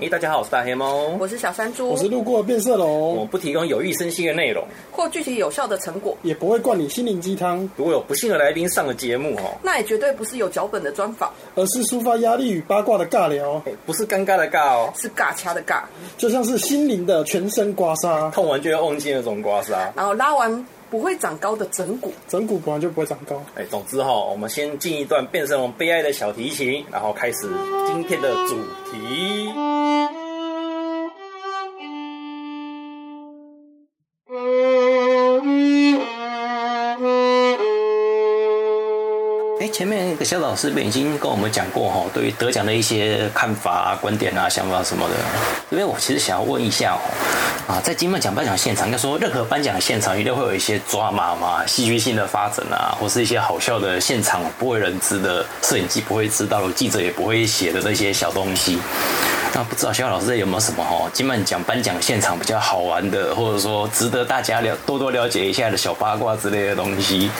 嘿、哎大家好，我是大黑猫。我是小山猪我，是路过的变色我龙，不提供有益身心的内容。或具体有效的成果，也不会灌你心灵鸡汤，如果有不幸的来宾上了节目哦，那也绝对不是有脚本的专访，而是抒发压力与八卦的尬聊，哎不是尴尬的尬哦，是尬掐的尬，就像是心灵的全身刮痧。痛完就要忘记那种刮痧。然后拉完不会长高的整骨。整骨本来就不会长高，哎，总之哈、哦，我们先进一段变身龙悲哀的小提琴，然后开始今天的主题。哎，前面那个小老师们已经跟我们讲过哈、哦，对于得奖的一些看法啊、观点啊、想法什么的。这边我其实想要问一下哦，啊，在金马奖颁奖现场，应该说任何颁奖的现场一定会有一些抓马嘛、戏剧性的发展啊，或是一些好笑的现场不为人知的，摄影机不会知道的，记者也不会写的那些小东西。那不知道小老师有没有什么哈、哦、金曼奖颁奖现场比较好玩的，或者说值得大家了多多了解一下的小八卦之类的东西，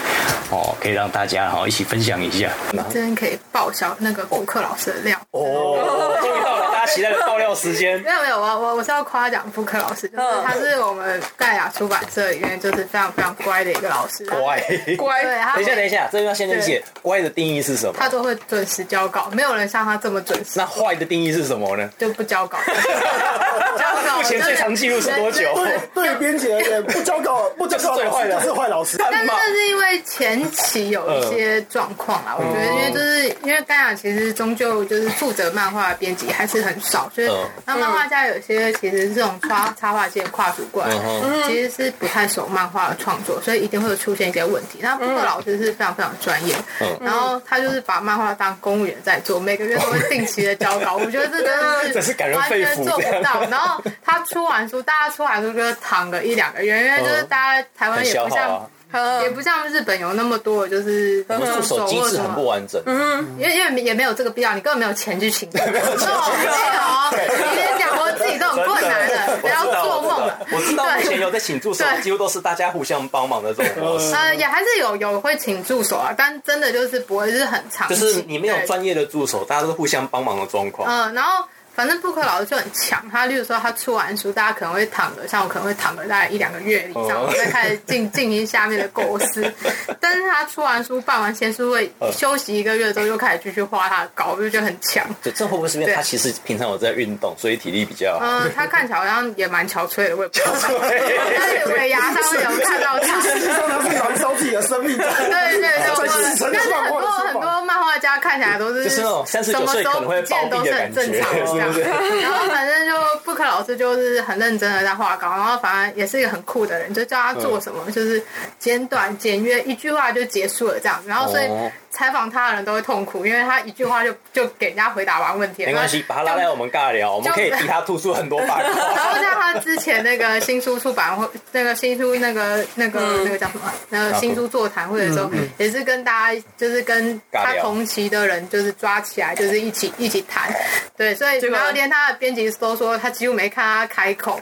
哦，可以让大家哈、哦、一起分享一下。这边可以爆小那个顾客老师的料。哦，终于到了大家期待的爆料时间。没有没有，我我我是要夸奖顾客老师，就是嗯他是我们盖亚出版社里面就是非常非常乖的一个老师，哦乖，乖，对，他等一下，等一会下，这边要先理解乖的定义是什么？他都会准时交稿，没有人像他这么准时那坏的定义是什么呢？就不 交稿，交稿目前最长记录是多久？对对编辑而言，不交稿 不交稿这是最老坏师的就是坏老师。但干是嘛？那是因为前期有一些状况啦，我嗯觉得因为就是因为盖亚其实终究就是负责漫画的编辑还是很少，就是嗯那漫画家有些其实这种插插画界跨足过来嗯，其实是不太熟漫画的创作，所以一定会有出现一些问题。那布克老师是非常非常专业，嗯然后他就是把漫画当公务员在做，每个月都会定期的交稿，我觉得这真 真是的是感人完肺全腑做这不样到。然后 他出完书，大家出完书就是躺个一两个月，因为就是大家台湾哦很也消不耗像。啊，也不像日本有那么多，就是我们手入手机握制什很不么，完整。因为因为也没有这个必要，你根本没有钱去请。没有 哦，你别讲我自己都很困难了，不要做梦了。我知道目前对，有在请助手，对几乎都是大家互相帮忙的这种模式。呃，也还是有有会请助手啊，但真的就是不会是很长就期。是你没有对专业的助手，大家都是互相帮忙的状况。嗯，然后反正布克老师就很强，他例如说他出完书，大家可能会躺着，像我可能会躺着大概一两个月以上，哦我再开始进进行下面的构 思。但是他出完书、办完签书会嗯休息一个月之后，又开始继续画他的稿，我就觉得很强。对，这会不会是因为对他其实平常有在运动，所以体力比较好？嗯，他看起来好像也蛮憔悴的，我也不知道。但是尾牙上面有看到 他。实际上他是燃烧自己的生命对在对在对牺牲对，但是漫很画的多书很法。多漫画家看起来都是就是那种39什么岁时候可能会不见暴都毙的是感觉很正常这 样。是不是然后反正就布克老师就是很认真的在画稿，然后反正也是一个很酷的人，就叫他做什么就是简短简约，一句话就结束了这样。然后所以哦采访他的人都会痛苦，因为他一句话就就给人家回答完问题了。 没关系，把他拉来我们尬 聊，我们可以替他吐出很多八卦。然后像他之前那个新书出版会，那个新书那个那个、嗯那个叫什么？那个新书座谈会的时候，也是跟大家就是跟尬他聊同期的人就是抓起来，就是一起一起谈。对，所以结果然后连他的编辑都说他几乎没看他开口，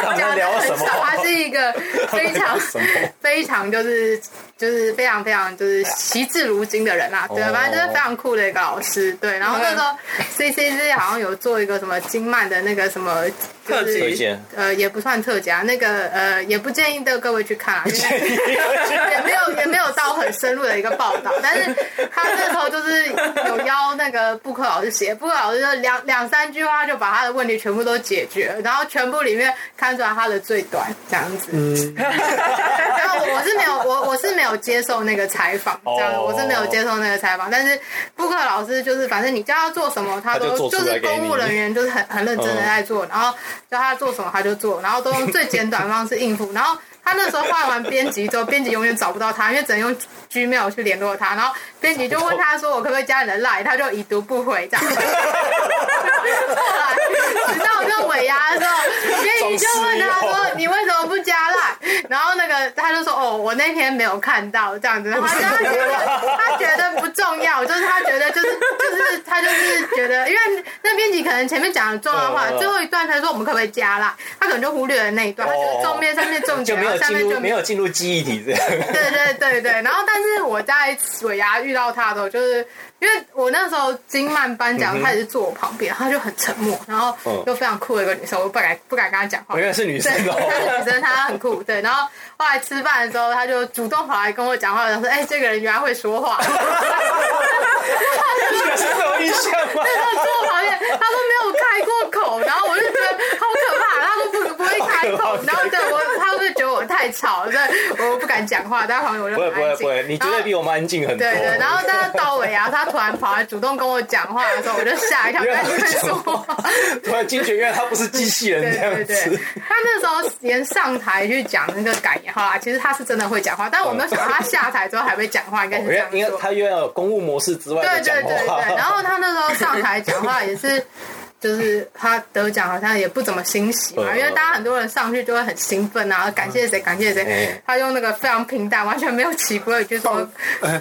他们讲的聊很什么少。他是一个非常 什么？非常就是就是非常非常就是惜字如金的人啦、对哦，反正就是非常酷的一个老师，对。然后那 时候 C C C 好像有做一个什么金曼的那个什么特辑推荐呃，也不算特价，那个呃，也不建议的各位去 看啊，因为也没有也没有到很深入的一个报道，但是他那时候就是有邀那个布克老师写，布克老师就两两三句话就把他的问题全部都解决，然后全部里面看出来他的最短这样子。 然后 我是没有，我我是没有接受那个采访，这样、哦我是没有接受那个采访。但是布克老师就是，反正你叫他做什么，他他就都做出就来是给你嗯公务人员，就是很很认真的在做，然后叫他做什么他就做，然后都用最简短的方式应付。然后他那时候画完编辑之后，编辑永远找不到他，因为只能用 Gmail 去联络他。然后编辑就问他说：“我可不可以加你的 line？” 他就已读不回这样。 后来直到那尾牙的时候，编辑就问他总是说有：“你为什么不加赖？”然后那个得他就说哦，我那天没有看到这样子，他他觉得他觉得不重要，就是他觉得就是就是他就是觉得，因为那编辑可能前面讲的重要话，哦嗯嗯嗯最后一段他说我们可不可以加啦，他可能就忽略了那一段，他觉得重面上面重就点，没有然后下进面入就没有进入记忆体这样。对对对对，然后但是我在尾牙遇到他的时候，就是因为我那时候金曼颁奖，她也是坐我旁边，她就很沉默，然后嗯又非常酷的一个女生，我又不敢不敢跟她讲话我。原来是女生对， 哦，她是女生，她很酷。对，然后后来吃饭的时候，她就主动跑来跟我讲话，然后说：“哎、这个人原来会说话。” 女生有印象吗？他坐我旁边，他说没有开过口，然后我就觉得好可怕，他说不不会开 口，然后对我，他会不会觉得我太吵，所以我不敢讲话，但旁边我就不会很不会安不静。会，你绝然对后比我们安静很多。对 对，然后但是到尾牙，他突然跑来主动跟我讲话的时候，我就吓 一跳，原来赶会讲紧说话。突然惊觉，原来他不是机器人对这样对对子。，他那时候连上台去讲那个感言话，其实他是真的会讲话，但我没有想到他下台之后还会讲话，应该是因这为样因为说。他又哦要有公务模式之外对的讲对对话，对，然后他那时候上台讲话也是，就是他得奖好像也不怎么欣喜嘛，嗯因为大家很多人上去就会很兴奋啊，感谢谁感谢谁嗯，他用那个非常平淡，完全没有起过一句说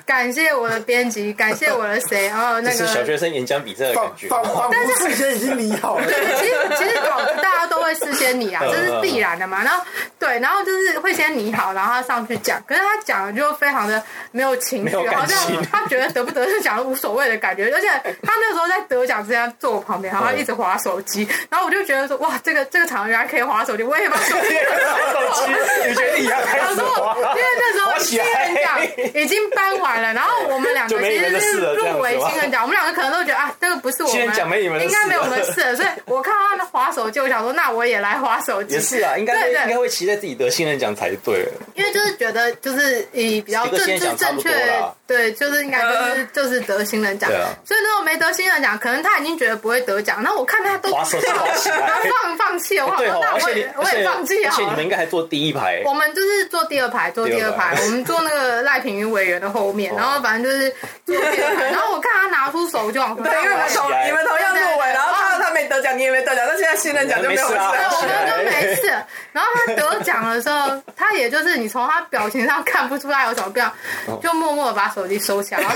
感谢我的编辑，感谢我的谁，然后那呃是小个。学生演讲比赛的感仿觉。仿仿佛事先已经理好 了。对，其实其实稿子大家都会事先拟啊，这是必然的嘛。然后对，然后就是会先拟好，然后他上去讲，可是他讲的就非常的没有情没绪，有感好像情他觉得得不得是讲的无所谓的感觉。而且他那时候在得奖之前坐我旁边，然后他嗯一直划手机，然后我就觉得说哇，这个这个场原来可以划手机，我也把手 机手机，你觉得你要开然后始滑？因为那时候新人奖已经颁完了，然后我们两个就没其你们的实事是了这样子入围吗新人奖，我们两个可能都觉得啊，这个不是我新们人奖没你们的事啊应该没有我们的事了，所以我看到他们划手机，我想说那我也来划手机，也是啊，应该会对对应该会期待自己得新人奖才对。因为就是觉得就是以比较这个政新人奖治差正不确多啦，对，就是应该就是就是得新人奖，对啊所以如果没得新人奖，可能他已经觉得不会得奖，那我看他都划手机划起来他 放放弃了，我想对说哦，那而我且你也我也放弃而好且了你们。应该还坐第一排。 我们就是坐第二排，坐第二排，第二排我们坐那个赖品妤委员的后面，哦然后反正就是坐第二排，然后我看他拿出手就往对，因为你们同哎你们同样入围，然后他他没得奖，你也没得奖，那现在新人奖就没有没事啊我对们都没事。然后他得奖的时候，他也就是你从他表情上看不出他有什么变哦化，就默默地把手机收起来，然后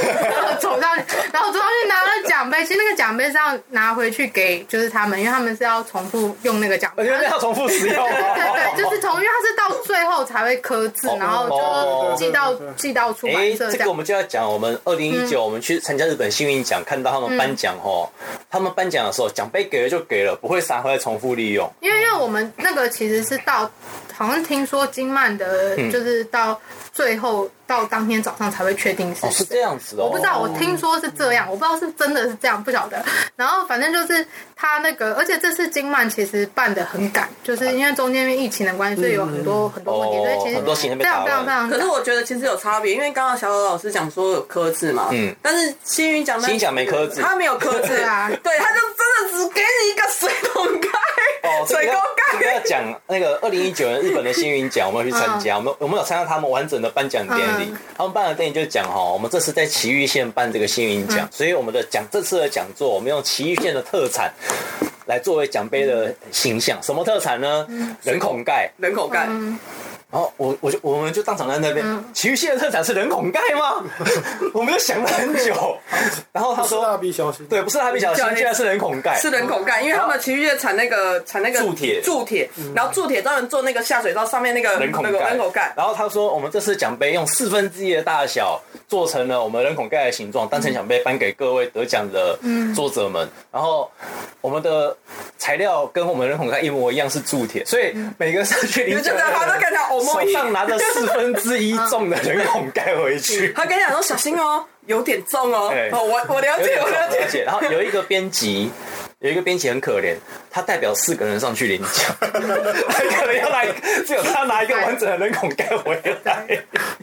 走上去，然后走上去拿了奖杯。其实那个奖杯是要拿回去给就是他们，因为他们是要重复用那个奖哦我杯觉。得要重复使用啊。 对对，就是从因为它是到最后才会刻字，哦然后就寄到寄到出版哎，社这这个我样。嗯们就要讲，我们二零一九我们去参加日本幸运奖，看到他们颁奖哦，他们颁奖的时候，奖杯给了就给了，不会拿回来重复利用。因为因为我们那个其实是到，好像听说金曼的，嗯就是到最后到当天早上才会确定哦，是是谁。这样子哦。我不知道，我听说是这样，我不知道是真的是这样，不晓得。然后反正就是他那个，而且这次金曼其实办的很赶，就是因为中间因为疫情的关系，所以有很多很多问题，所以其哦，实很多行程非被打常非常乱非。常 赶。可是我觉得其实有差别，因为刚刚小小老师讲说有科字嘛，嗯嗯，但是星云奖呢星云奖没科字他没有科字对啊对，他就真的只给你一个水桶盖， 哦，这个水沟要这个盖，要讲那个二零一九年日本的星云奖，我们有去参加，我们我们有参加他们完整的颁奖典礼嗯。他们颁奖典礼就讲哈，我们这次在崎玉县办这个星云奖，所以我们的讲这次的讲座，我们用崎玉县的特产来作为奖杯的形象。什么特产呢？人孔盖。人口盖，然后我我就我们就当场在那边，崎玉县的特产是人孔盖吗？我们就想了很久。然后他是蜡说，笔小新，对，不是蜡笔小新，居然是人孔盖。是人口盖，因为他们其实就是产那个产那个铸铁铸铁，然后铸铁专门做那个下水道上面那个人孔那个人口盖，然后他说，我们这次奖杯用四分之一的大小做成了我们人孔盖的形状，嗯当成奖杯颁给各位得奖的作者们。然后我们的材料跟我们人孔盖一模一样，是铸铁，所以每个社区领嗯你奖就觉得他都跟他欧 梦手一上拿着四分之一重的人孔盖回 去。他跟你讲说小心哦，有点重哦对，哦，我我了哎有解，点我了而解。且然后有一个编辑，有一个编辑很可怜，他代表四个人上去领 奖， 他可能要来，只有他拿一个完整的人孔盖回来。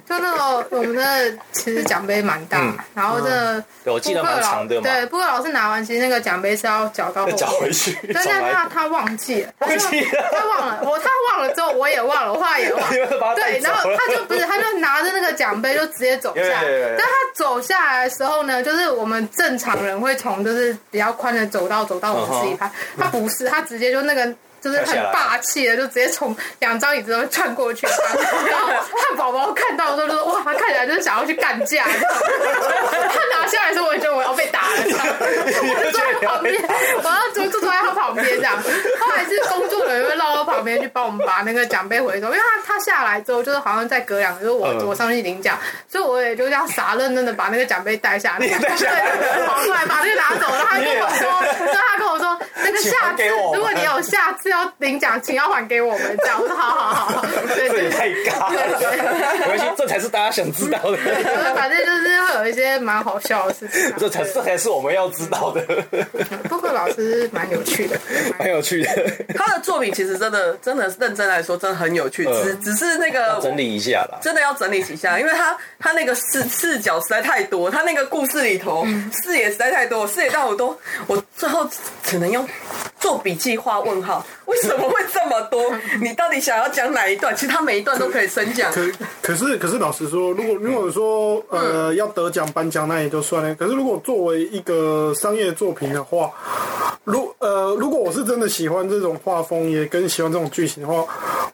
就那种我们的其实奖杯蛮大，嗯然后这个对我记得蛮长的嘛布克老对，不过老师拿完，其实那个奖杯是要缴到再后 面找回去， 但找是来他他忘记了，他忘就记了他忘了，我他忘了之后我也忘了，我话也忘 你了。们把它带对，然走后了 他就不是，他就拿着那个奖杯就直接走下来。有有有有但他走下来的时候呢，就是我们嗯正常人会从就是比较宽的走道走到我们自己拍，他不是，他直接就那个。就是很霸气的，就直接从两张椅子都窜 过去，然后汉堡包看到的时候就说：“哇，他看起来就是想要去干架。”你知道吗 他拿下来的时候，我也觉得我要被打了，你知道吗我就坐在旁边，我要就就坐在他旁边这样。后来是工作人员会绕到旁边去帮我们把那个奖杯回收，因为他他下来之后就是好像在隔两个，就是我、嗯我上去领奖，所以我也就这样傻愣愣的把那个 奖杯带下来，你也带下来对跑过来把那个拿走，然后他跟我说，对他跟我说那个请下还次给我如果你有下次要领奖，请要还给我们这样。我说好好好，对这也对嗯太尬了， 没关系，这才是大家想知道的，对，反正就是会有一些蛮好笑的事情、啊。 这才这才是我们要知道的，不过老师蛮有趣的，蛮有趣的，他的作品其实真的真的认真来说，真的很有趣，嗯只只是那个 整理一下啦。真的要整理几嗯下，因为他他那个视视角实在太多，他那个故事里头、嗯视野实在太多，视野到我都我最后只能用做笔记画问号，为什么会这么多？ 你到底想要讲哪一段？其实他每一段都可以深讲。可可是可是，老实说，如果如果说呃要得奖颁奖那也就算了，可是如果作为一个商业作品的话，如呃如果我是真的喜欢这种画风，也跟喜欢这种剧情的话，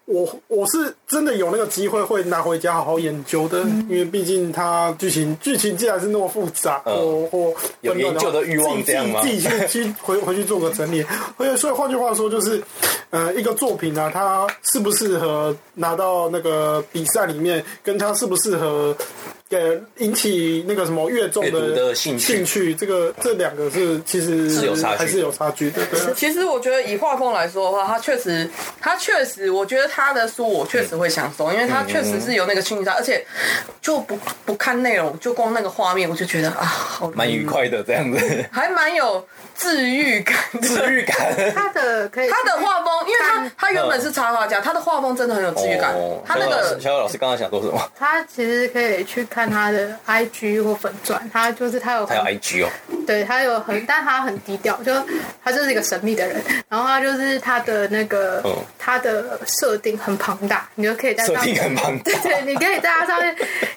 我我是真的有那个机会会拿回家好好研究的，因为毕竟它剧情剧情既然是那么复杂，嗯或或有研究的欲望自己这样吗自己自己去去回回去做个整理，所以所以换句话说就是，呃，一个作品啊，它适不适合拿到那个比赛里面，跟它适不适合呃引起那个什么越众阅读的兴趣兴趣，这个这两个是其实是有差距的还是有差距的，对啊。其实我觉得以画风来说的话，他确实，他确实，我觉得他的书我确实会享受，因为嗯他确实是有那个兴趣在，而且就不不看内容，就光那个画面，我就觉得啊，好蛮愉快的这样子，还蛮有治愈感的。治愈感。他 的可以他的画风，因为他嗯但他原本是插画家，他的画风真的很有治愈感。哦他那个小老师刚刚想说什么？他其实可以去看他的 IG 或粉钻，他就是他有他有 IG 哦，对他有很，但他很低调，就他就是一个神秘的人。然后他就是他的那个、嗯他的设定很庞大，你就可以在设上定面，很棒。 对，你可以在他上面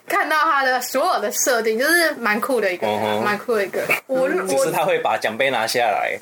看到他的所有的设定，就是蛮酷的一个人啊，嗯哼蛮、酷的一个人。我只嗯是我他会把奖杯拿下来，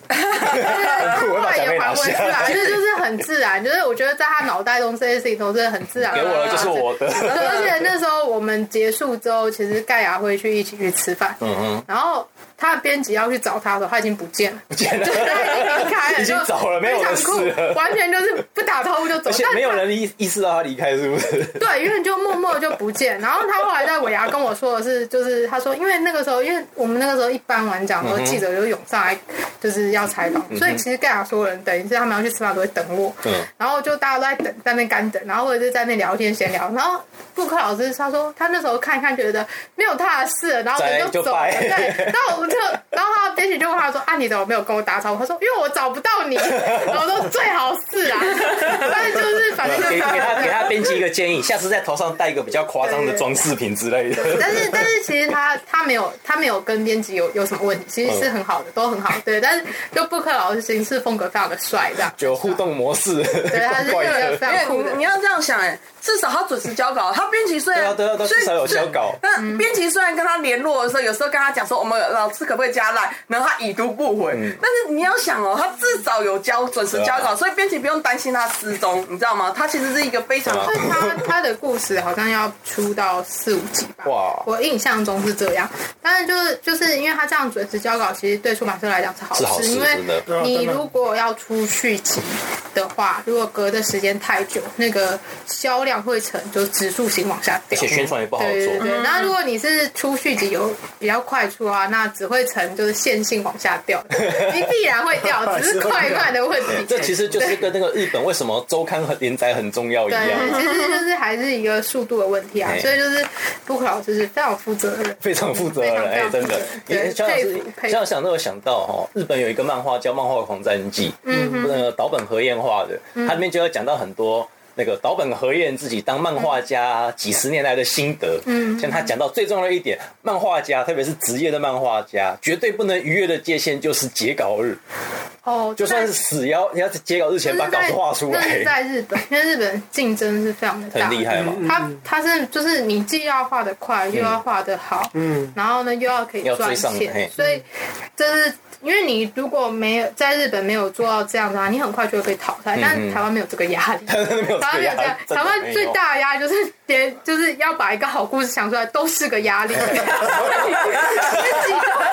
后来也还回去我把啊，奖杯拿下来这就是很自然，就是我觉得在他脑袋中这些事情都是很自然。啊给我了就是我的。 对而且那时候我们结束之后，其实盖亚会去一起去吃饭，嗯哼，然后他的编辑要去找他的时候，他已经不见了。不见了，对，离开了，已经就走了没有非常的事酷了完全就是不打招呼就走， 而且但没有人意意识到他离开，是不是？ 对，因为就默默地就不见。然后他后来在尾牙跟我说的是，就是他说，因为那个时候，因为我们那个时候一般完讲说记者就涌上来，就是要采访，所以其实盖亚所有人等于是他们要去吃饭都会等我，嗯然后就大家都在等，在那边干等，然后或者是在那边聊天闲聊。然后布克老师他说他那时候看一看觉得没有他的事了，然后我再们就走了，拜对，然后我们就，然后他编辑就问他说啊你怎么没有跟我打招呼？他说因为我找不到你，然后我说最好是啊， 但是就是反正就给是给他给他编辑一个建议，下次在头上戴一个比较夸张的装饰品之类的。 但是但是其实他他没有他没有跟编辑有有什么问题，其实是很好的，都很好。对，但是就布克老师行事风格非常的帅，这样。有互动模式，对，怪他是怪那个的非。常酷因为的你。要这样想，哎，至少他准时交稿。他编辑虽然对啊对啊对啊虽至少有交稿但编辑虽然跟他联络的时候，有时候跟他讲说我们老师可不可以加赖，然后他已读不回。但是你要想哦，他至少有交准时交嗯对啊稿，所以编辑不用担心他失踪，你知道吗？他其实是一个非常对啊但他他的故事好像要出到四五集吧，哇我印象中是这样。但是就是就是因为他这样准时交稿，其实对出版社来讲是好是好事因真的对啊为你真的如果要出续集的话，如果隔的时间太久，那个销量会呈就指数型往下而掉且。宣传也不好对对做，嗯对，那如果你是出续集有比较快出啊，那只会呈就是线性往下掉， 你必然会掉，只是快慢的问题。这其实就是跟那个日本为什么周刊和连载很重要一样，对，其实就是还是一个速度的问题啊哎，所以就是布克老师是非常负责任，非常负责任，非常哎，非常真的负责任。也对肖老佩师服佩，服肖老师想都有想到哈，日本有一个漫画叫《漫画狂战记》，嗯，那个岛本和彦画的，嗯它里面就有讲到很多。那个岛本和彦自己当漫画家几十年来的心得，嗯，像他讲到最重要的一点，漫画家特别是职业的漫画家，绝对不能逾越的界限就是截稿日，哦，就算是死也要也要在截稿日前把稿子画出那来，是在日本，因为日本竞争是非常的大，很厉害嘛。他他是就是你既要画的快，又要画的好，嗯，然后呢又要可以嗯要赚追上嘿钱，所以这是因为你如果没有在日本没有做到这样的话，你很快就会被淘汰。但嗯台湾没有这个压力，啊真 的没有台湾这没有样这样，，真台的湾没最有大的压力就是连就是要把一个好故事想出来都是个压 力，自己都会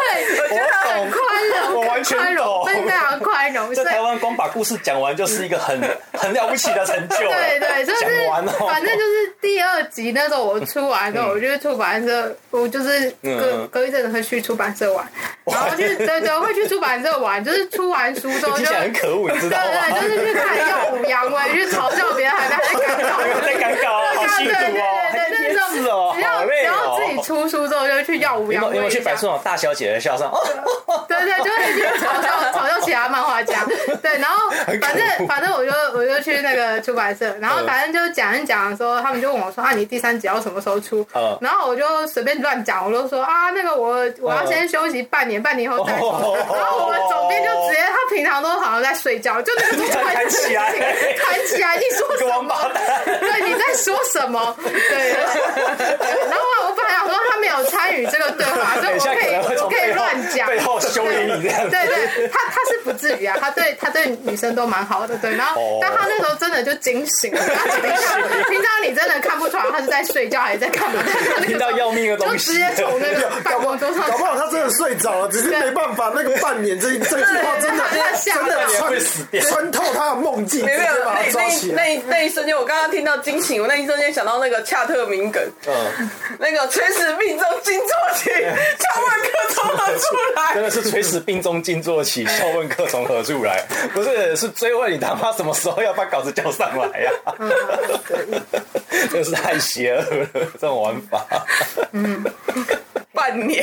我懂很宽容，我完全宽容，懂非常宽容，所在以台湾光把故事讲完就是一个很 很了不起的成就啊了。对对，就讲完哦是反正就是第二集那时候我出完之后，我就去出版社，我就是嗯隔嗯隔一阵子会去出版社玩，然后去对对会去出版社玩，就是出完书之后 听就起来很可恶，你知对道吗？对，就是去看耀武扬威，去嘲笑别人，还在还在感没有到。在尴尬啊，好辛苦哦，对对对对还是哦，只要好只累要哦。自己出书之后，就去耀武你有扬没有你威有没有一去下摆出那种大小姐的笑声？哦，对对，就会去嘲笑 嘲笑其他漫画家。对，然后反正反正我就我就去那个出版社，嗯然后反正就讲一讲的时候，他们就问我说啊，你第三集要什么时候出？嗯然后我就随便乱讲，我就说啊，那个我我要先休息半年，半年以后再出。哦然后我们总编就直接，他平常都好像在睡觉，就那个时候弹起 来弹起来，你说 一个什王么八？蛋，对，你在说什么？对，然后我本来想说他没有参与这个对话，所以 等一我下可可能会以我从可以背后乱讲，背后修理你这样子。对对，他他是不至于啊，他对他对女生都蛮好的，对。然后哦，但他那时候真的就惊醒了，他 平常平常你真的看不出来他是在睡觉还是在干嘛，但是他那个 听时到候要命的就东直西，接从那 个办公桌上搞不好他真的睡着了，只是没办法，那个半年这这句话真的真对对对 他的吓到会死掉穿穿透他的梦境，直没有没有接把那 他抓起那来。那那一瞬间，我刚刚听到惊醒，我那一瞬间想到那个恰特明梗，嗯， 那个垂死命中惊坐起，敲万克从何出真来？的是垂死病中惊坐起，笑问客从何处来？不是，是追问你他妈什么时候要把稿子交上来 呀、嗯真是太邪恶了，这种玩法。嗯半年，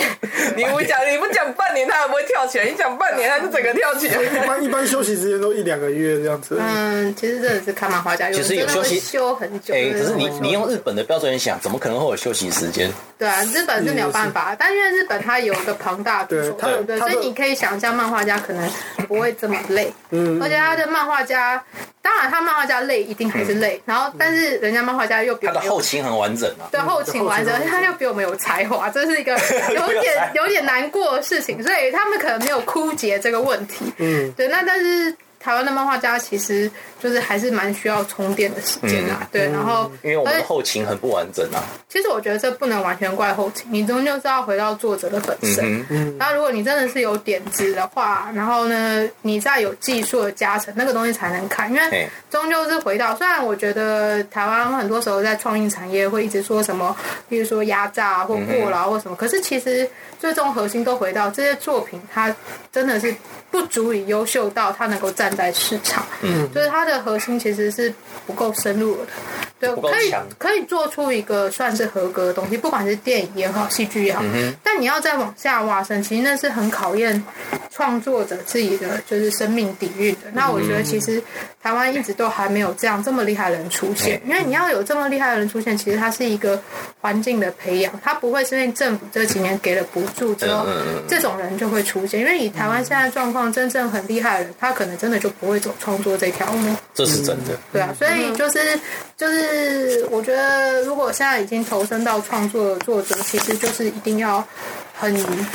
你不讲你不讲半年，他还不会跳起来；你讲半年，他就整个跳起 来。一般一般休息时间都一两个月这样子，嗯，其实真的是看漫画家，其实有人有真的休息会修很久。哎、真的可是你会修你用日本的标准想，怎么可能会有休息时间？对啊，日本是没有办法，但因为日本它有一个庞大的族对对不对？它它所的以你可以想象漫画家可能不会这么累，嗯而且他的漫画家，当然他漫画家累一定还是嗯累，然后但是人家漫画家又比他我的们后有勤很完整啊。对后勤完后勤完整，整嗯而且他又比我们有才华，这 是一个有有才点有点难过的事情，所以他们可能没有枯竭这个问题。嗯，对，那但是台湾的漫画家其实就是还是蛮需要充电的时间嗯啊，对，然后因为我们而的且后勤很不完整啊，其实我觉得这不能完全怪后勤，你终究是要回到作者的本嗯身。然后如果你真的是有点子的话，然后呢，你再有技术的加成，那个东西才能看。因嘿为终究是回到，虽然我觉得台湾很多时候在创意产业会一直说什么，比如说压榨啊或过劳啊或什么，可是其实最终核心都回到这些作品，它真的是不足以优秀到它能够站在市场。嗯，就是它的核心其实是不够深入的。对，不够可以强可以做出一个算是合格的东西，不管是电影也好，戏剧也好。嗯但你要再往下挖深，其实那是很考验创作者自己的就是生命底蕴的。那我觉得其嗯实台湾一直都还没有这样这么厉害的人出现，因为你要有这么厉害的人出现，其实它是一个环境的培养，它不会是因为政府这几年给了补助之后，嗯嗯嗯这种人就会出现。因为以台湾现在状况，真正很厉害的人，他可能真的就不会走创作这条路。这是真的。对啊，所嗯以就是就是，我觉得如果现在已经投身到创作的作者，其实就是一定要很，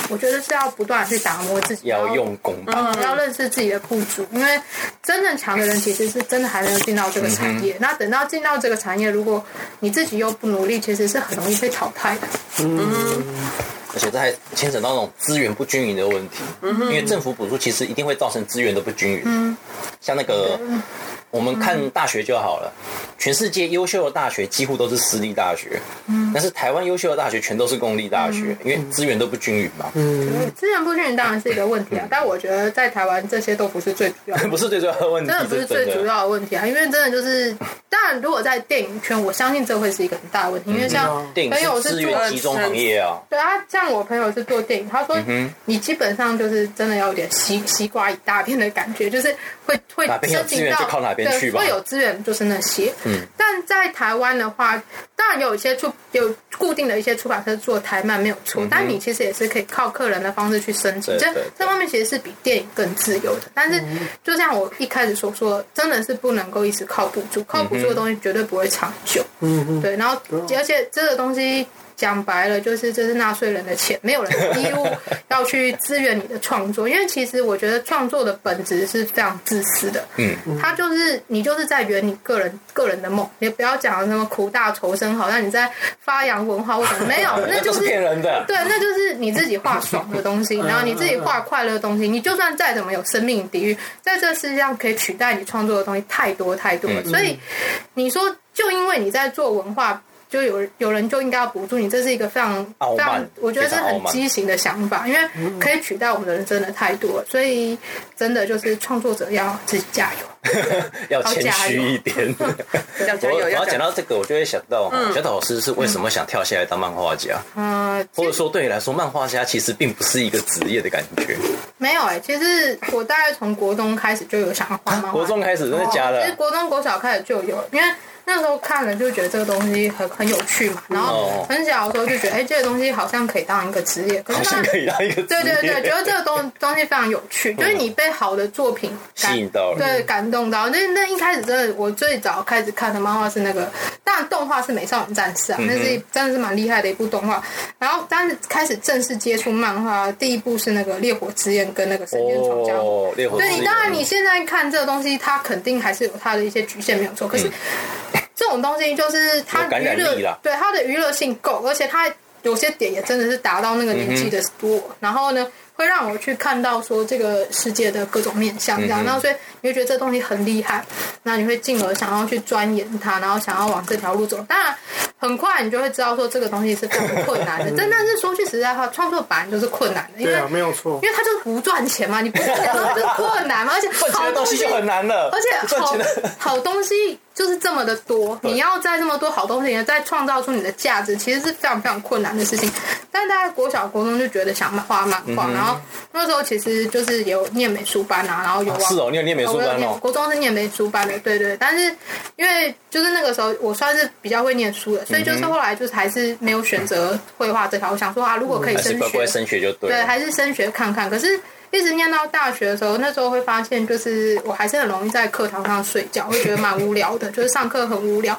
我觉得是要不断地去打磨自己，要然后用功吧。嗯，要认识自己的不足，因为真正强的人其实是真的还没有进到这个产嗯业。那等到进到这个产业，如果你自己又不努力，其实是很容易被淘汰的。而且这还牵扯到那种资源不均匀的问题，嗯因为政府补助其实一定会造成资源的不均匀。像那个嗯我们看大学就好了，全世界优秀的大学几乎都是私立大学，嗯但是台湾优秀的大学全都是公立大学，因为资源都不均匀嘛，嗯嗯资源不均匀当然是一个问题啊，但我觉得在台湾这些都不是最主 要 的。不是最主要的问题，真的不这是最主。要的问题啊，因为真 的就是，当然如果在电影圈，我相信这会是一个很大的问题，因为像嗯电朋影友是是资做源集中行业啊，对啊，像我朋友是做电影，他嗯说你基本上就是真的要有点西西瓜一大片的感觉，就是会会哪边有申资请源到就靠哪边对去吧会有资源就是那些。嗯，但在台湾的话，当然有一些出有固定的一些出版社做台漫没有错，但你其实也是可以靠客人的方式去申请，嗯对这对对这方面其实是比电影更自由的。但是就像我一开始所说，真的是不能够一直嗯靠补助，靠补助的东西绝对不会长久。嗯嗯，对，然后而且这个东西。讲白了，就是这是纳税人的钱，没有人有义务要去支援你的创作，因为其实我觉得创作的本质是非常自私的，嗯，它就是你就是在圆你个人个人的梦，你不要讲什么苦大仇深，好像你在发扬文化或什么，没有，那都 就是骗人嗯的。对，那就是你自己画爽的 东西，然后你自己画快乐的东西。你就算再怎么有生命底蕴，在这世界上可以取代你创作的东西太多太多嗯了。所以你说，就因为你在做文化，就有有人就应该要补助你，这是一个非常傲非慢常，我觉得是非常傲很慢嗯畸形的想法，因为可以取代我们的人真的太多了。所以真的就是创作者要自己加油。 要谦虚一点。要我加我油，要要讲加油。到这个，我就会想到小岛老师是为什么想跳下来当漫画家，嗯，或者说对你来说，漫画家其实并不是一个职业的感觉。没有哎、其实我大概从国中开始就有想要画漫画。哦国中开始真的假其实的？国中、国小开始就有，因为那时候看了就觉得这个东西很很有趣嘛，然后哦很小的时候就觉得，哎、这个东西好像可以当一个职业，可是好像那可以当一个职对业。对对，觉得这个东东西非常有趣，就是你被好的作品嗯吸引到了对，感动到。那那一开始真的，我最早开始看的漫画是那个，当然动画是《美少女战士》啊，嗯那是一真的是蛮厉害的一部动画。然后，但是开始正式接触漫画，第一部是那个《烈火之焰》跟那个《神剑闯江湖》。哦，烈火之对刃你，当然你现在看这个东西，它肯定还是有它的一些局限，没有错。可是这种东西就是它嗯有感娱染力乐啦，对它的娱乐性够，而且它有些点也真的是达到那个年纪的嗯多，然后呢。会让我去看到说这个世界的各种面嗯向，这样，然后所以你会觉得这东西很厉害，那你会进而想要去钻研它，然后想要往这条路走。当然，很快你就会知道说这个东西是非常 困难的。真的是说句实在话，创作本来就是困难的，因对为啊，没有错。因为他就是不赚钱嘛，你不赚钱就是困难嘛，而 且赚钱好的东西就很难了，不而且 赚好钱的好东西就是这么的多，你要在这么多好东西里面再创造出你的价值，其实是非常非常困难的事情。但大家国小国中就觉得想画漫嗯画，然后那时候其实就是有念美术班啊，然后有往是哦，你有念美术我有班念哦，国中是念美术班的，对对。但是因为就是那个时候我算是比较会念书的，所以嗯就是后来就是还是没有选择绘画这条。我想说啊，如果可以嗯还升是学，哦乖乖升学就对对，了。还是升学看看。可是，一直念到大学的时候，那时候会发现，就是我还是很容易在课堂上睡觉，会觉得蛮无聊的，就是上课很无聊。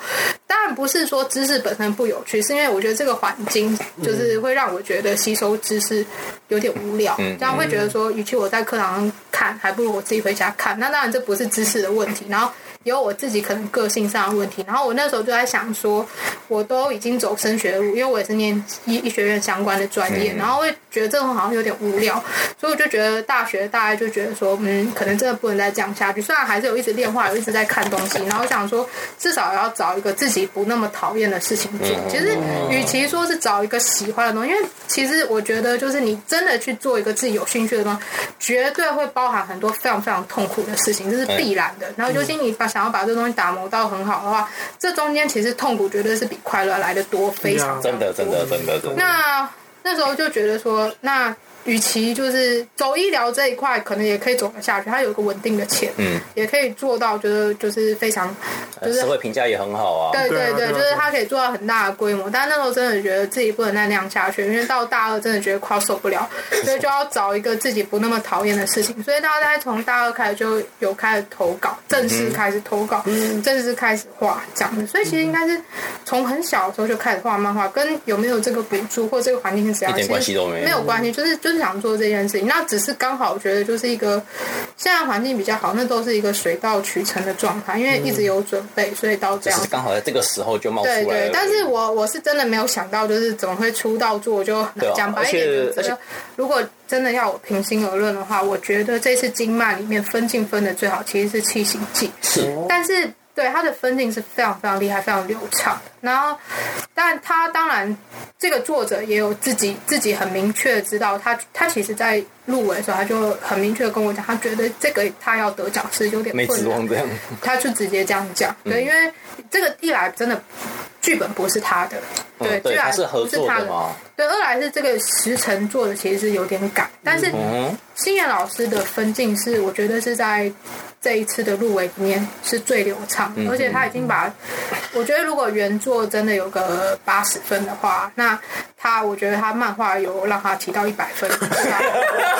当然不是说知识本身不有趣，是因为我觉得这个环境就是会让我觉得吸收知识有点无聊，嗯这样会觉得说，与其我在课堂上看，还不如我自己回家看。那当然这不是知识的问题，然后。有我自己可能个性上的问题，然后我那时候就在想说，我都已经走升学路，因为我也是念医医学院相关的专业，然后会觉得这种好像有点无聊，所以我就觉得大学大概就觉得说，嗯，可能真的不能再这样下去。虽然还是有一直练画，有一直在看东西，然后我想说，至少要找一个自己不那么讨厌的事情做。嗯其实，与其说是找一个喜欢的东西，因为其实我觉得，就是你真的去做一个自己有兴趣的东西，绝对会包含很多非常非常痛苦的事情，这是必然的。然后，尤其你把想要把这东西打磨到很好的话，这中间其实痛苦绝对是比快乐来的多，非常真的，真的，真的，真的。那那时候就觉得说，那与其就是走医疗这一块，可能也可以走得下去，它有一个稳定的钱，嗯，也可以做到，就是就是非常，就是社会评价也很好啊。对对对啊对，对啊就是它可以做到很大的规模。但那时候真的觉得自己不能再那样下去，因为到大二真的觉得快要受不了，所以就要找一个自己不那么讨厌的事情。所以大概从大二开始就有开始投稿，正式开始投稿，嗯正式开始画这样子。所以其实应该是从很小的时候就开始画漫画，跟有没有这个补助或这个环境是怎样一点关系都没有没有关系，就是就是想做这件事情。那只是刚好我觉得就是一个现在环境比较好，那都是一个水到渠成的状态，因为一直有准备，所以到这只样是子。刚好在这个时候就冒出来对了。对，但是我我是真的没有想到，就是怎么会出道做，就对啊讲白一而点，且就而是且如果真的要我平心而论的话，我觉得这次金曼里面分镜分的最好其实是《七星记》，哦是但是对它的分镜是非常非常厉害、非常流畅的。然后，但他当然这个作者也有自己自己很明确地知道他，他其实在入围的时候，他就很明确的跟我讲，他觉得这个他要得奖是有点没困指难望这样，他就直接这样讲，嗯对，因为这个一来真的剧本不是他的，对，嗯 对，剧本它是合不是作他的嘛，对，二来是这个时辰做的其实是有点赶，但是嗯，星野老师的分镜是我觉得是在这一次的入围里面是最流畅的，嗯而且他已经把，我觉得如果原作真的有个八十分的话，那他我觉得他漫画有让他提到一百分以上，了啊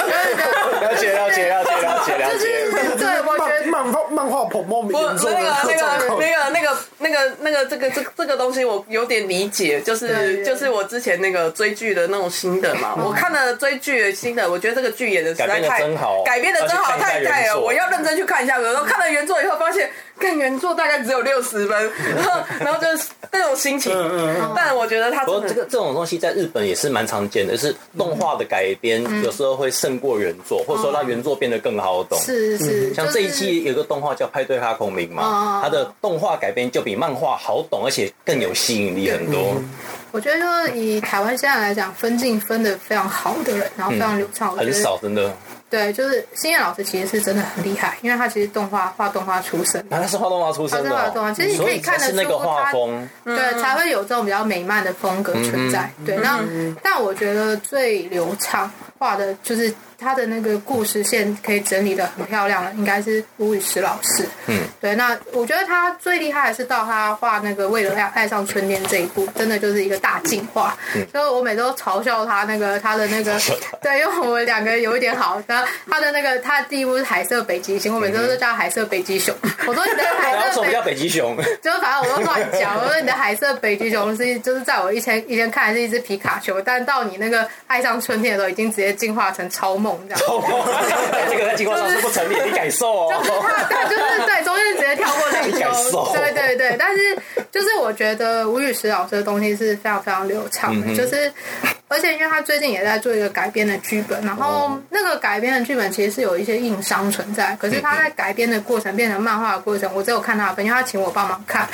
了解了解了解了解了就是解，对，我觉得漫画漫画捧梦不，名那作个的那状个况。那个那个那个那个这个这个这个东西，我有点理解，就是对就是我之前那个追剧的那种新的嘛，我看了追剧的新的，我觉得这个剧演的实在改编得太真好哦改编的真好，而且看太一下太原了，作我要认真去看一下。有时候看了原作以后，发现看原作大概只有六十分，然后然后就是那种心情。嗯嗯嗯，但我觉得他不真过的这个这种东西在日本也是蛮常见的，就是动画的改编嗯有时候会胜过原作，或者说让原作变得更好懂。是是，嗯像就这一是季有个动画叫《派对哈孔明》哦嘛，它的动画改编就比漫画好懂，而且更有吸引力很嗯多。我觉得说以台湾现在来讲，分镜分的非常好的人，然后非常流畅，我觉嗯很得少真的，对，就是星燕老师其实是真的很厉害，因为他其实动画画动画出身，啊，他是画动画出身的他是画动画哦，其实你可以所以才看得是那个出他画风。对，才会有这种比较美漫的风格存在。嗯对，那但我觉得最流畅画的就是他的那个故事线可以整理的很漂亮的，应该是吴宇石老师。嗯，对，那我觉得他最厉害的是到他画那个为了要爱上春天这一步，真的就是一个大进化。嗯所以我每周嘲笑他那个他的 那个，对，因为我们两个有一点好，然后他的那个他的第一部是海色北极星，我每周都叫他海色北极熊。我说你的海 然后色什么北叫北极 熊？就是反正我都乱讲，我说你的海色北极熊是就是在我以前以前看来是一只皮卡丘，但到你那个爱上春天的时候，已经直接进化成超梦这样。这个在进化上是不成立，你改受哦。他他就是对中间直接跳过那一感受周，对对对，但是就是我觉得吴宇石老师的东西是非常非常流畅的，就是而且因为他最近也在做一个改编的剧本，然后那个改编的剧本其实是有一些硬伤存在，可是他在改编的过程变成漫画的过程，我只有看他的分，因为他请我帮忙看，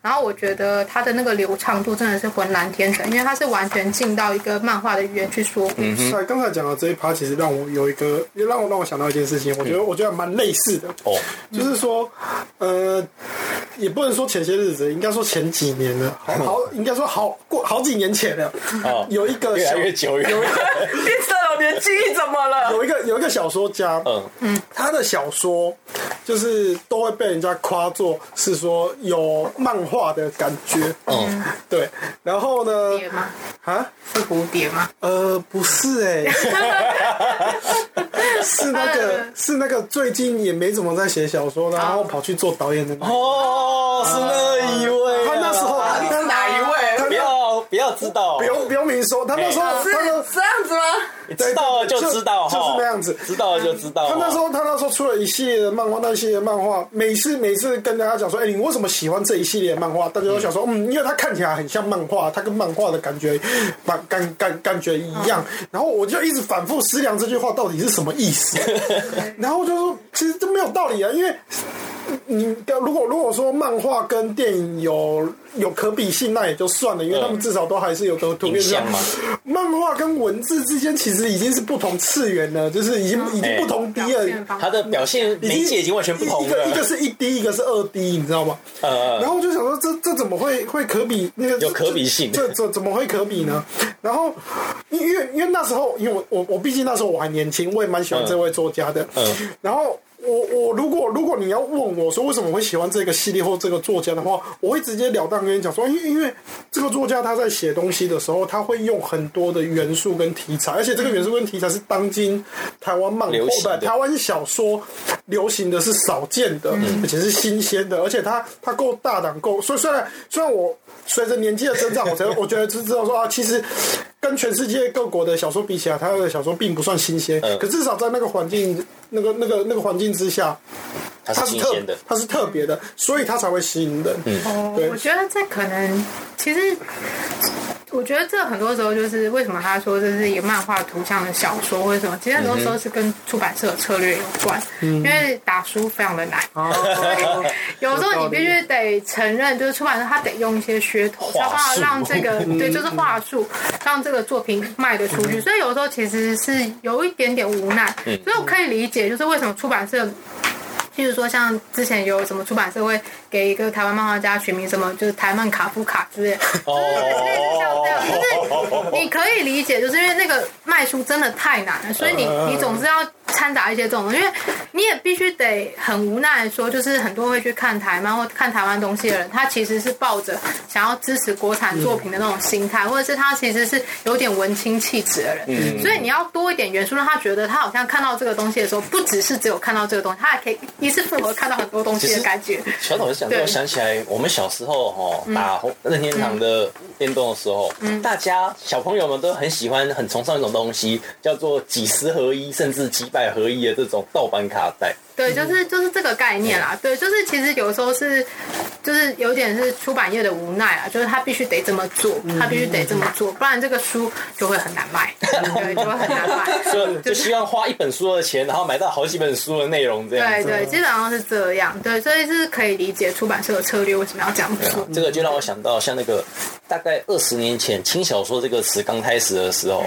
然后我觉得他的那个流畅度真的是浑然天成，因为他是完全进到一个漫画的语言去说故嗯事，对，刚才讲的这一趴，其实让我有一个，也让我让我想到一件事情，我觉得我觉得蛮类似的，嗯嗯哦，就是说，呃，也不能说前些日子，应该说前几年了，好好，应该说好过好几年前了，嗯哦有一个越来小越久远。 变色龙，你的记忆怎么了？有一个有一个小说家，嗯，他的小说就是都会被人家夸作是说有漫画的感觉，嗯，对，然后呢，蝶吗？啊，是蝴蝶吗？呃，不是哎、 是那个嗯是那个最近也没怎么在写小说，然后跑去做导演的那个，哦，是那一位啊。他那时候他是哪一位？他不要不要知道不，用不用明说，他那时候哎他那是这样子吗？你知道了就知道，就哈就是那样子知道了就知道。他那时候，他那时候出了一系列的漫画，那一系列的漫画，每次每次跟大家讲说，哎、你为什么喜欢这一系列的漫画？大家都想说，嗯，因为它看起来很像漫画，它跟漫画的感觉，感感感感觉一样。然后我就一直反复思量这句话到底是什么 意思。然后我就说，其实这没有道理啊，因为你如果如果说漫画跟电影有有可比性，那也就算了，因为他们至少都还是有个图嗯片上影像嘛。漫画跟文字之间其实已经是不同次元了，就是已经已经不同 D 表了。现方他的表现已经哎媒介已经完全不同一个一个了。是一 D，一个是二 D，你知道吗？呃，然后我就想说，这这怎么会会可比那个有可比性这这怎么会可比呢？然后因因为因为那时候，因为我我我毕竟那时候我还年轻，我也蛮喜欢这位作家的。嗯然后我我如果如果你要问我说为什么会喜欢这个系列或这个作家的话，我会直截了当跟你讲说，因为因为这个作家他在写东西的时候，他会用很多的元素跟题材，而且这个元素跟题材是当今台湾漫流画行的不台湾小说流行的是少见的，嗯而且是新鲜的，而且它它够大胆够，所以虽然虽然我随着年纪的增 长，我才我觉得知道说啊，其实跟全世界各国的小说比起来，台湾的小说并不算新鲜，嗯可至少在那个环境那个那个那个环境之下，它它是是新特鲜的。嗯它是特别的，所以它才会吸引人。哦对，我觉得这可能其实。我觉得这很多时候就是为什么他说这是一个漫画图像的小说或者什么，其实很多时候是跟出版社的策略有关，因为打书非常的难， 哦有时候你必须得承认，就是出版社他得用一些噱头，才有办法让这个对，就是话术，让这个作品卖得出去。所以有时候其实是有一点点无奈，所以我可以理解，就是为什么出版社。譬如说，像之前有什么出版社会给一个台湾漫画家取名什么，就是台漫卡夫卡之类的，哦类似像这样， 就是你可以理解，就是因为那个卖书真的太难了，所以你你总是要掺杂一些这种，因为你也必须得很无奈地说，就是很多会去看台漫或看台湾东西的人，他其实是抱着想要支持国产作品的那种心态，或者是他其实是有点文青气质的人，嗯所以你要多一点元素，让他觉得他好像看到这个东西的时候，不只是只有看到这个东西，他还可以一次复合看到很多东西的感觉。小董讲这个，对我想起来我们小时候哈打任天堂的电动的时候，大家小朋友们都很喜欢、很崇尚一种东西，叫做几十合一甚至几百合一的这种盗版卡带。对，就是就是这个概念啦。对，就是其实有时候是，就是有点是出版业的无奈啊，就是他必须得这么做，嗯他必须得这么做，不然这个书就会很难 卖，对，就会很难卖。 就就希望花一本书的钱，然后买到好几本书的内容这样对子。哦对，基本上是这样。对，所以是可以理解出版社的策略为什么要这样做。这个就让我想到，像那个大概二十年前轻小说这个词刚开始的时嗯候，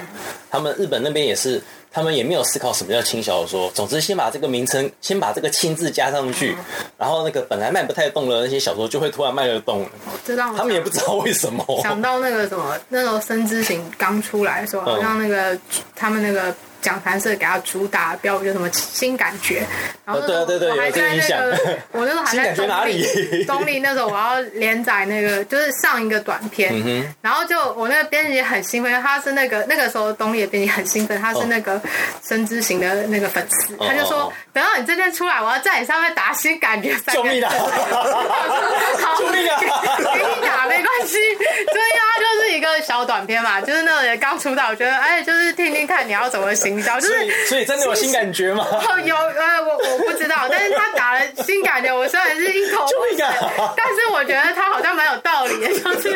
他们日本那边也是，他们也没有思考什么叫轻小说。总之，先把这个名称，先把这个“轻”字加上嗯去，然后那个本来卖不太动的那些小说，就会突然卖得动了。这让我他们也不知道为什么。嗯想到那个什么，那时候《生之行》刚出来的时候，嗯好像那个他们那个讲坛社给他主打的标语就什么新感觉，然后那时候哦对对对我还有这个在印那象个， 我那时候还新在感觉中哪立里中立那时候我要连载那个就是上一个短片，嗯哼然后就我那个编辑也很兴奋，因为他是那个那个时候东野编辑很兴奋，他是那个《生之行》的那个粉丝，哦他就说哦哦等到你这边出来，我要在你上面打新感觉三个救命啊字好救命啊给你打没关系，所以它就是一个小短片嘛，就是那个刚出道，我觉得哎，就是听听看你要怎么行销，就所是以，所以真的有新感觉吗？哦有呃，我我不知道，但是他打了新感觉，我虽然是一头雾救命水，啊！但是我觉得他好像蛮有道理的，就是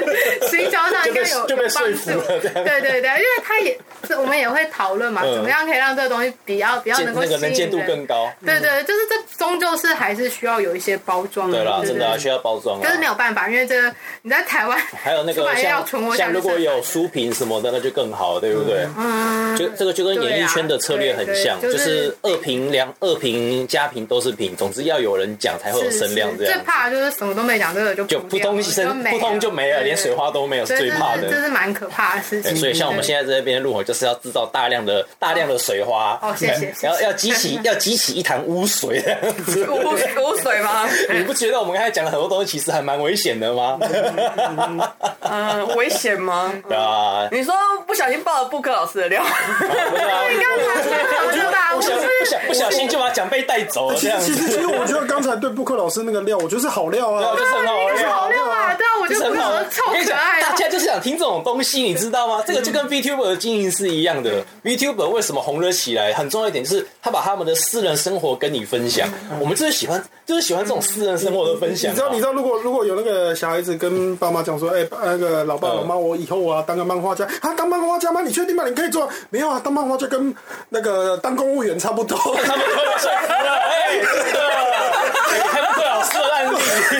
行销上应该 有 就被有就帮被说助服了这 样。对对对，因为他也是我们也会讨论嘛，嗯怎么样可以让这个东西比较比较见能 够那吸个引能见度人。更高。对对，就是这终究是还是需要有一些包装的。对啦，对真的啊需要包装啊。就是没有办法，因为这个你在台湾， 还有那出个版业要像存活下像去如果有书评什么的，那就更好，对不对？嗯，就这个就跟演艺圈的策略很像，对啊对就对就是是二评两二评加评都是评，总之要有人讲才会有是声量，这最样怕的就是什么都没讲，这个就就不扑掉通了一声，没扑了通就没了，对连水花都没有，是对最对怕这是这的。是蛮可怕的事对情。所以像我们对现在这边入口，就是要制造大量的大量的水花，嗯哦谢谢谢要谢要激 起要激起一潭污水这样子。污污水吗？你不觉得我们刚才讲的很多东西其实还蛮危险的吗？嗯嗯，危险吗？ 对嗯啊，你说不小心爆了布克老师的料，对 啊，我觉得吧，不我小是不小不小心就把奖杯带走了这其实样其子，实其实我觉得刚才对布克老师那个料，我觉得是好料对啊，啊就。是很好料啊好。料啊，对啊，我就就是不很好说玩超我跟你可讲爱大啊。家就是想听这种东西，你知道吗？这个就跟 VTuber 的经营是一样的。VTuber 为什么红了起来？很重要一点就是他把他们的私人生活跟你分享。我们就是喜欢，就是喜欢这种私人生活的分享啊。你知道，你知道，如果如果有那个小孩子跟爸妈讲说，哎、那个老爸嗯老妈，我以后我要当个漫画家，啊，当漫画家吗？你确定吗？你可以做？没有啊，当漫画家跟那个当公务员差不多。 他们都有说服了，哎，真的，你看布克老师的案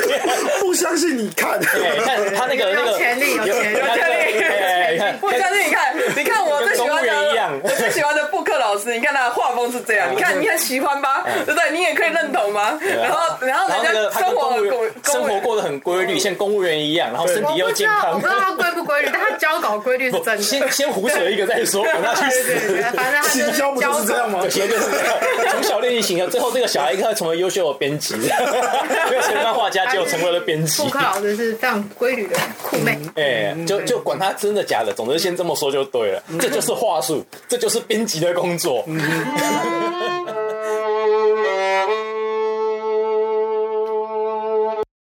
例。不相信你看，哎你看他那个那有个潜力有潜力有有潜力哎你看，我相信你看，你看我最喜欢跟公务员一样哦的，我最喜欢的布克老师，你看他的画风是这样，你看你很喜欢吧，对不对？你也可以认同吗？然后然后嗯啊然后那人个家他跟生活公务公员生活过得很规律，像公务员一样，然后身体我又不知健道，我康不。知道它规不规律，但它交稿规律是真的。先先胡扯一个再说，管他去对死。对对，反正它 就行是销不就交是这稿样吗？有些就是这样从小练习型的，最后这个小孩一个成为优秀的编辑， 没有成为漫画家，结果成为了编辑布。克老师是非常规律的酷妹，哎、就就管他真的假的，总之先这么说就对了。这就是话术，这就是编辑的工作。